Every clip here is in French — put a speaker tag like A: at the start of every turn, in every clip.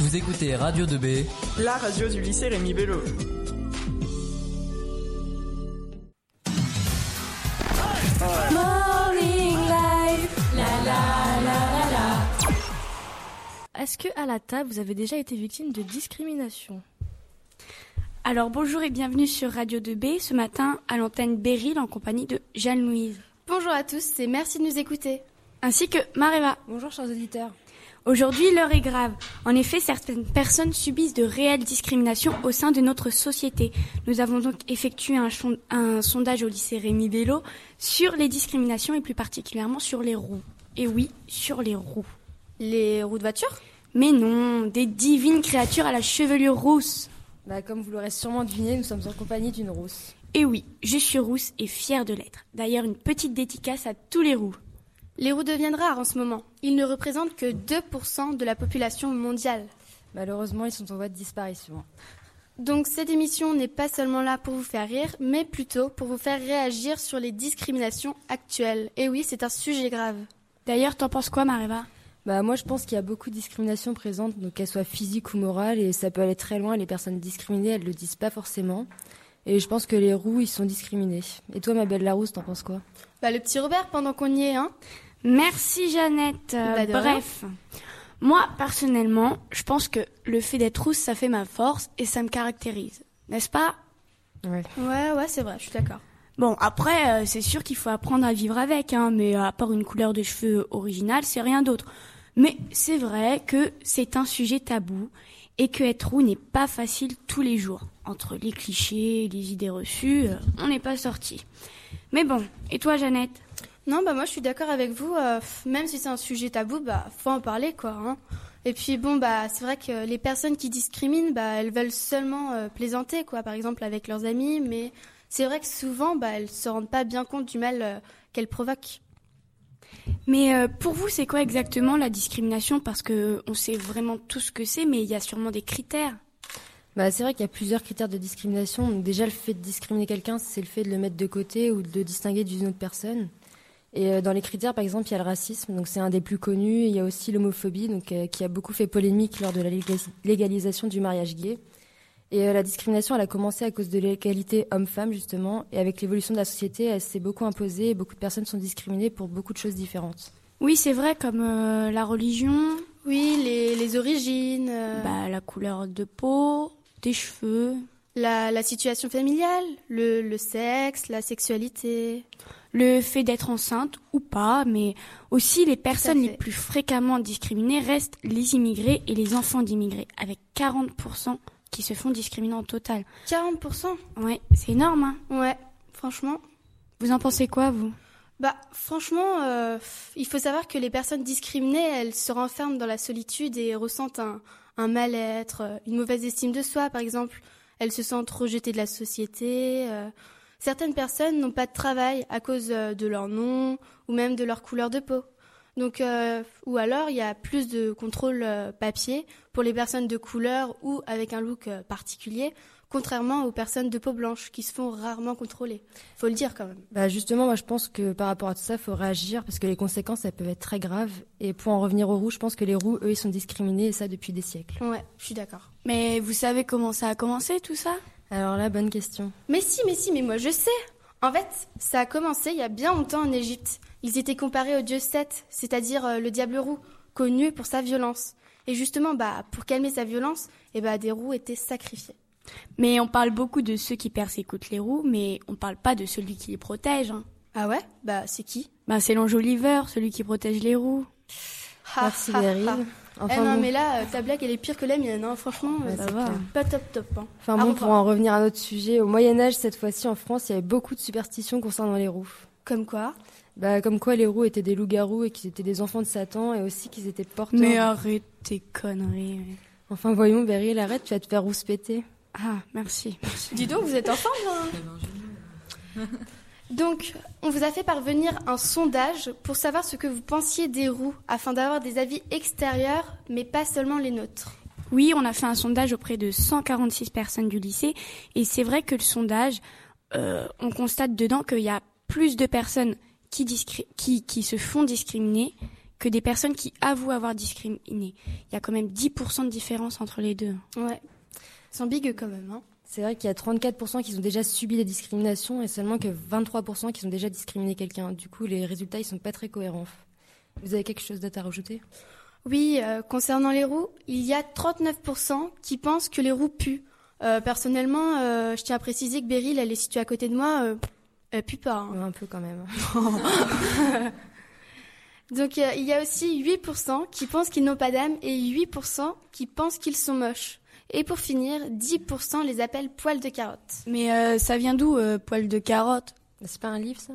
A: Vous écoutez Radio 2B.
B: La radio du lycée Rémi Bello.
C: Morning Live, la la la la la.
D: Est-ce que à la table vous avez déjà été victime de discrimination
E: Alors bonjour et bienvenue sur Radio 2B, ce matin à l'antenne Beryl en compagnie de Jeanne-Louise,
F: Bonjour à tous et merci de nous écouter.
E: ainsi que Mareva.
G: Bonjour chers auditeurs.
E: Aujourd'hui l'heure est grave. En effet, certaines personnes subissent de réelles discriminations au sein de notre société. Nous avons donc effectué un, chon- un sondage au lycée Rémi Bello sur les discriminations et plus particulièrement sur les roues. Et oui, sur les roues.
F: Les roues de voiture
E: Mais non, des divines créatures à la chevelure rousse.
G: Bah, comme vous l'aurez sûrement deviné, nous sommes en compagnie d'une rousse.
E: Et Eh oui, je suis rousse et fière de l'être. D'ailleurs, une petite dédicace à tous les roux.
F: Les roues deviennent rares en ce moment. Ils ne représentent que 2% de la population mondiale.
G: Malheureusement, ils sont en voie de disparition.
F: Donc cette émission n'est pas seulement là pour vous faire rire, mais plutôt pour vous faire réagir sur les discriminations actuelles. Et oui, c'est un sujet grave.
E: D'ailleurs, t'en penses quoi, Mareva
G: Bah, moi, je pense qu'il y a beaucoup de discriminations présentes, donc qu'elles soient physiques ou morales, et ça peut aller très loin. Les personnes discriminées, elles le disent pas forcément. Et je pense que les roues, ils sont discriminés. Et toi, ma belle Larousse, t'en penses quoi
F: Bah le petit Robert pendant qu'on y est, hein
E: Merci, Jeannette. Euh,
F: Bah, de rien.
E: bref, moi, personnellement, je pense que le fait d'être rousse, ça fait ma force et ça me caractérise. N'est-ce pas
G: Ouais.
F: Ouais, ouais, c'est vrai, je suis d'accord.
E: Bon, après, euh, c'est sûr qu'il faut apprendre à vivre avec, hein, mais à part une couleur de cheveux originale, c'est rien d'autre. Mais c'est vrai que c'est un sujet tabou et que être roux n'est pas facile tous les jours. Entre les clichés, les idées reçues, euh, on n'est pas sorti. Mais bon, et toi, Jeannette
F: Non, bah moi je suis d'accord avec vous. euh, pff, même si c'est un sujet tabou, bah faut en parler quoi. hein. Et puis bon, bah c'est vrai que les personnes qui discriminent, bah elles veulent seulement euh, plaisanter quoi, par exemple avec leurs amis, mais c'est vrai que souvent, bah elles se rendent pas bien compte du mal euh, qu'elles provoquent.
E: Mais euh, pour vous, c'est quoi exactement la discrimination Parce que euh, on sait vraiment tout ce que c'est, mais il y a sûrement des critères.
G: Bah, c'est vrai qu'il y a plusieurs critères de discrimination. Donc, déjà, le fait de discriminer quelqu'un, c'est le fait de le mettre de côté ou de le distinguer d'une autre personne. Et euh, dans les critères, par exemple, il y a le racisme, donc c'est un des plus connus. Et il y a aussi l'homophobie, donc euh, qui a beaucoup fait polémique lors de la légalis- légalisation du mariage gay. Et euh, la discrimination, elle a commencé à cause de l'égalité homme-femme justement. Et avec l'évolution de la société, elle s'est beaucoup imposée. Et beaucoup de personnes sont discriminées pour beaucoup de choses différentes.
E: Oui, c'est vrai, comme euh, la religion,
F: Oui, les, les origines, euh,
E: bah, la couleur de peau, des cheveux,
F: la, la situation familiale, le, le sexe, la sexualité.
E: le fait d'être enceinte ou pas, mais aussi les personnes les
F: fait.
E: plus fréquemment discriminées restent les immigrés et les enfants d'immigrés, avec 40% qui se font discriminer en total.
F: 40%
E: Ouais, c'est énorme. Hein
F: Ouais, franchement.
E: vous en pensez quoi, vous
F: Bah, franchement, euh, il faut savoir que les personnes discriminées, elles se renferment dans la solitude et ressentent un, un mal-être, euh, une mauvaise estime de soi, par exemple. Elles se sentent rejetées de la société. euh. Certaines personnes n'ont pas de travail à cause euh, de leur nom ou même de leur couleur de peau. Donc, euh, ou alors, il y a plus de contrôle euh, papier pour les personnes de couleur ou avec un look euh, particulier, contrairement aux personnes de peau blanche qui se font rarement contrôler. Faut le dire quand même.
G: Bah justement, moi je pense que par rapport à tout ça, faut réagir parce que les conséquences, elles peuvent être très graves. Et pour en revenir aux roues, je pense que les roues, eux, ils sont discriminés et ça depuis des siècles.
F: Ouais, je suis d'accord.
E: Mais vous savez comment ça a commencé tout ça
G: Alors là, bonne question.
F: Mais si, mais si, mais moi je sais. En fait, ça a commencé il y a bien longtemps en Égypte. Ils étaient comparés au dieu Seth, c'est-à-dire euh, le diable roux, connu pour sa violence. Et justement, bah, pour calmer sa violence, eh bah, des roues étaient sacrifiés.
E: Mais on parle beaucoup de ceux qui persécutent les roues, mais on parle pas de celui qui les protège. Hein.
F: Ah ouais Bah, c'est qui
E: Ben, c'est l'ange Oliver, celui qui protège les roues.
F: Ha,
G: Merci
F: ha,
G: Beryl.
F: ha.
G: Enfin,
F: Ah, eh non,
G: bon, Ah,
F: mais là, euh, ta blague, elle est pire que la mienne, hein. franchement. euh,
G: Ouais,
F: bah,
G: c'est
F: voilà.
G: clair.
F: pas top top. hein.
G: enfin,
F: à
G: bon,
F: revoir.
G: pour en revenir à notre sujet, au Moyen Âge, cette fois-ci en France, il y avait beaucoup de superstitions concernant les roues.
F: Comme quoi
G: Bah, comme quoi les roues étaient des loups-garous et qu'ils étaient des enfants de Satan et aussi qu'ils étaient porteurs.
E: Mais euh, arrête tes conneries. ouais.
G: Enfin voyons, Beryl, arrête, tu vas te faire rouspéter.
E: Ah, merci.
F: Dis donc, vous êtes hein. en forme, hein Donc, on vous a fait parvenir un sondage pour savoir ce que vous pensiez des roues, afin d'avoir des avis extérieurs, mais pas seulement les nôtres.
E: Oui, on a fait un sondage auprès de 146 personnes du lycée, et c'est vrai que le sondage, euh, on constate dedans qu'il y a plus de personnes qui, discri- qui, qui se font discriminer que des personnes qui avouent avoir discriminé. Il y a quand même 10% de différence entre les deux.
F: Ouais. C'est big quand même. Hein.
G: C'est vrai qu'il y a 34% qui ont déjà subi des discriminations et seulement que 23% qui ont déjà discriminé quelqu'un. Du coup, les résultats, ils sont pas très cohérents. Vous avez quelque chose d'autre à rajouter
F: Oui, euh, concernant les roues, il y a 39% qui pensent que les roues puent. Euh, personnellement, euh, je tiens à préciser que Beryl, elle est située à côté de moi, euh, elle pue pas. hein.
G: Ouais, Un peu quand même.
F: Donc euh, il y a aussi 8% qui pensent qu'ils n'ont pas d'âme et 8% qui pensent qu'ils sont moches. Et pour finir, 10% les appellent poils de carotte.
E: Mais euh, ça vient d'où, euh, poil de carotte
G: C'est pas un livre, ça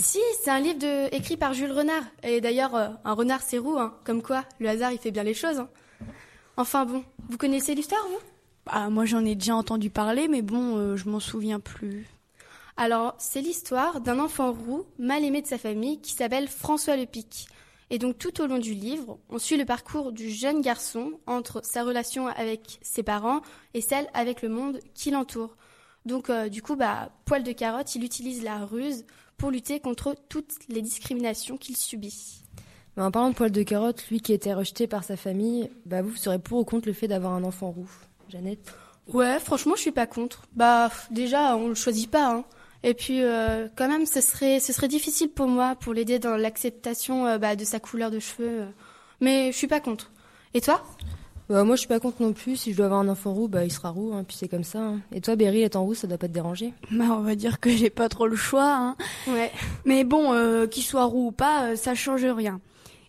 F: Si, c'est un livre de- écrit par Jules Renard. Et d'ailleurs, euh, un renard c'est roux, hein. comme quoi, le hasard il fait bien les choses. hein. Enfin bon, vous connaissez l'histoire, vous
E: Ah, moi j'en ai déjà entendu parler, mais bon, euh, je m'en souviens plus.
F: Alors, c'est l'histoire d'un enfant roux, mal aimé de sa famille, qui s'appelle François Lepic. Et donc, tout au long du livre, on suit le parcours du jeune garçon entre sa relation avec ses parents et celle avec le monde qui l'entoure. Donc, euh, du coup, bah, poil de carotte, il utilise la ruse pour lutter contre toutes les discriminations qu'il subit.
G: Mais en parlant de poil de carotte, lui qui était rejeté par sa famille, bah vous, vous serez pour ou contre le fait d'avoir un enfant roux Jeannette
F: Ouais, franchement, je suis pas contre. Bah, pff, déjà, on le choisit pas. hein. Et puis, euh, quand même, ce serait, ce serait difficile pour moi pour l'aider dans l'acceptation euh, bah, de sa couleur de cheveux. euh. Mais je suis pas contre. Et toi
G: bah, Moi, je suis pas contre non plus. Si je dois avoir un enfant roux, bah, il sera roux, hein, puis c'est comme ça. hein. Et toi, Beryl, étant roux, ça doit pas te déranger
E: Bah, on va dire que j'ai pas trop le choix. Hein.
F: Ouais.
E: Mais bon, euh, qu'il soit roux ou pas, euh, ça change rien.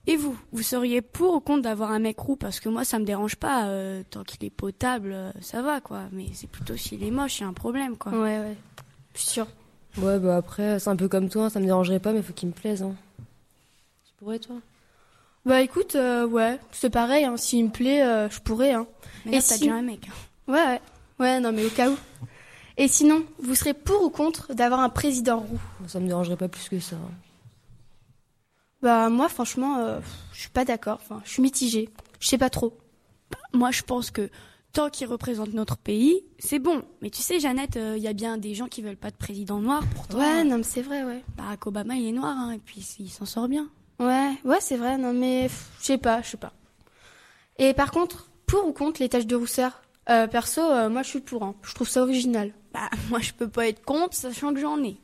E: Et vous, vous seriez pour ou contre d'avoir un mec roux Parce que moi, ça me dérange pas. euh, tant qu'il est potable, euh, ça va, quoi. Mais c'est plutôt s'il est moche, il y a un problème, quoi.
F: Ouais, ouais. Je suis sûre.
G: Ouais, bah après, c'est un peu comme toi, ça me dérangerait pas, mais faut qu'il me plaise. Hein. Tu pourrais, toi
F: Bah, écoute, euh, ouais, c'est pareil. Hein. S'il me plaît, euh, je pourrais. Hein.
E: Mais
F: Et
E: t'as
F: si-
E: déjà un mec. hein.
F: Ouais, ouais. Ouais, non, mais au cas où. Et sinon, vous serez pour ou contre d'avoir un président roux
G: Bah, Ça me dérangerait pas plus que ça. hein.
F: Bah, moi, franchement, euh, pff, je suis pas d'accord. Enfin, je suis mitigée. Je sais pas trop.
E: Moi, je pense que tant qu'il représente notre pays, c'est bon. Mais tu sais, Jeannette, euh, il y a bien des gens qui veulent pas de président noir. Pourtant,
F: Ouais, non, mais c'est vrai, ouais.
E: Barack Obama, il est noir, hein, et puis il s'en sort bien.
F: Ouais, ouais, c'est vrai, non mais pff, je sais pas, je sais pas. Et par contre, pour ou contre les taches de rousseur Euh, Perso, euh, moi je suis pour, hein. je trouve ça original.
E: Bah, moi, je peux pas être contre, sachant que j'en ai.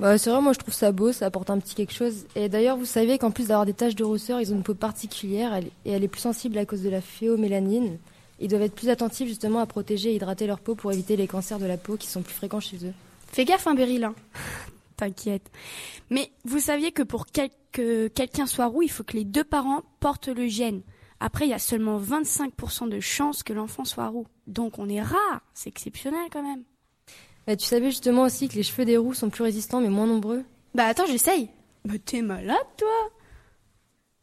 G: Bah, c'est vrai, moi je trouve ça beau, ça apporte un petit quelque chose. Et d'ailleurs, vous savez qu'en plus d'avoir des taches de rousseur, ils ont une peau particulière elle- et elle est plus sensible à cause de la phéomélanine. Ils doivent être plus attentifs justement à protéger et hydrater leur peau pour éviter les cancers de la peau qui sont plus fréquents chez eux.
F: Fais gaffe, hein, Beryl. hein.
E: T'inquiète. Mais vous saviez que pour quel- que quelqu'un soit roux, il faut que les deux parents portent le gène. Après, il y a seulement 25% de chances que l'enfant soit roux. Donc on est rare, c'est exceptionnel quand même.
G: Mais Bah, tu savais justement aussi que les cheveux des roux sont plus résistants mais moins nombreux
F: Bah attends, j'essaye.
E: Mais t'es malade, toi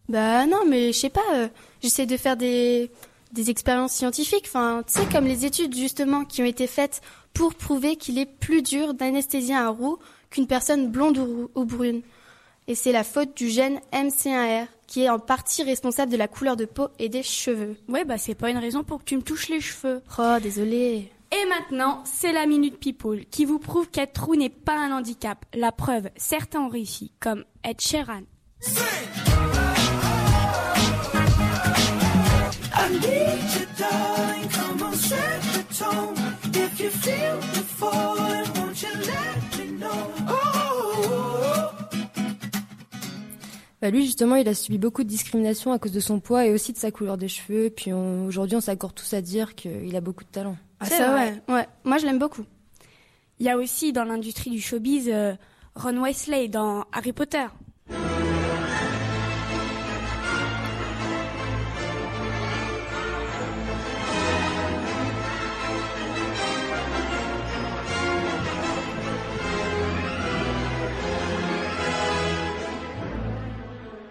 F: Bah non, mais je sais pas, euh, j'essaie de faire des, des expériences scientifiques, enfin, tu sais, comme les études justement qui ont été faites pour prouver qu'il est plus dur d'anesthésier un roux qu'une personne blonde ou, roux- ou brune. Et c'est la faute du gène MC1R qui est en partie responsable de la couleur de peau et des cheveux.
E: Ouais, bah c'est pas une raison pour que tu me touches les cheveux.
F: Oh, désolé.
E: Et maintenant, c'est la Minute People qui vous prouve qu'être roux n'est pas un handicap. La preuve, certains ont réussi, comme Ed Sheeran.
C: I need you, darling, come on, set the tone. If you feel the falling, won't you let me know? Oh,
G: Bah, lui justement, il a subi beaucoup de discrimination à cause de son poids et aussi de sa couleur de cheveux. Puis on- aujourd'hui, on s'accorde tous à dire qu'il a beaucoup de talent.
E: Ah,
F: C'est
E: ça,
F: vrai. ouais. Moi, je l'aime beaucoup.
E: Il y a aussi dans l'industrie du showbiz euh, Ron Wesley dans Harry Potter.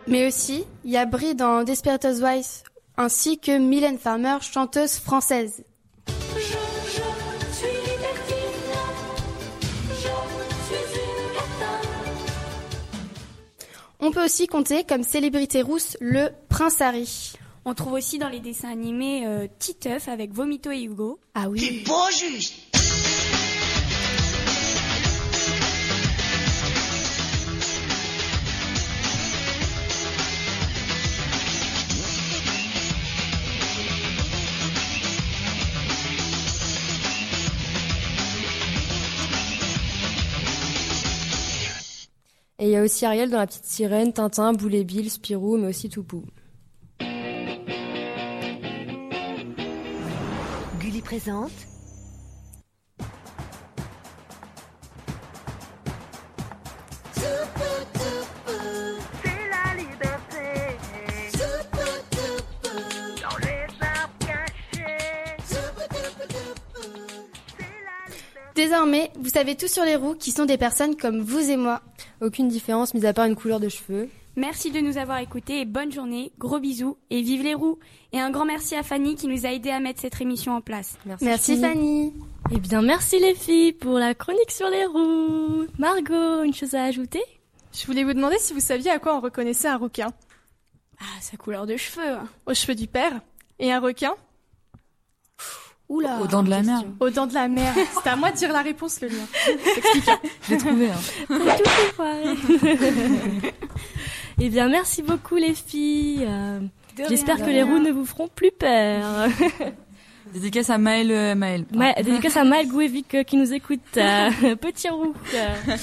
F: Mais aussi, il y a Brie dans Desperate Housewives, ainsi que Mylène Farmer, chanteuse française.
C: je, je suis libertine. Je suis une gâteau.
F: On peut aussi compter comme célébrité rousse le Prince Harry.
E: On trouve aussi dans les dessins animés euh, Titeuf avec Vomito et Hugo.
F: Ah oui.
A: Pas juste.
G: Et il y a aussi Ariel dans La Petite Sirène, Tintin, Boulet Bill, Spirou, mais aussi Toupou.
A: Gulli présente.
F: Désormais, vous savez tout sur les roues qui sont des personnes comme vous et
D: Mm.
F: moi.
G: Aucune différence, mis à part une couleur de cheveux.
E: Merci de nous avoir écoutés et bonne journée, gros bisous et vive les roues. Et un grand merci à Fanny qui nous a aidé à mettre cette émission en place.
F: Merci Fanny.
D: Eh bien, merci les filles pour la chronique sur les roues. Margot, une chose à ajouter
H: Je voulais vous demander si vous saviez à quoi on reconnaissait un requin.
E: Ah, sa couleur de cheveux. hein.
H: Aux cheveux du père et un requin
F: Oula.
I: Aux dents de la mer.
H: aux dents de la mer. C'est à moi de dire la réponse, le lien.
I: Je l'ai trouvé. hein.
D: Tout est foiré. Eh bien, merci beaucoup les filles. Euh, J'espère que les roues ne vous feront plus peur.
I: Dédicace à Maël. euh, Maël.
D: Ouais, dédicace à Malgouevic euh, qui nous écoute. Euh, petit roux. Euh,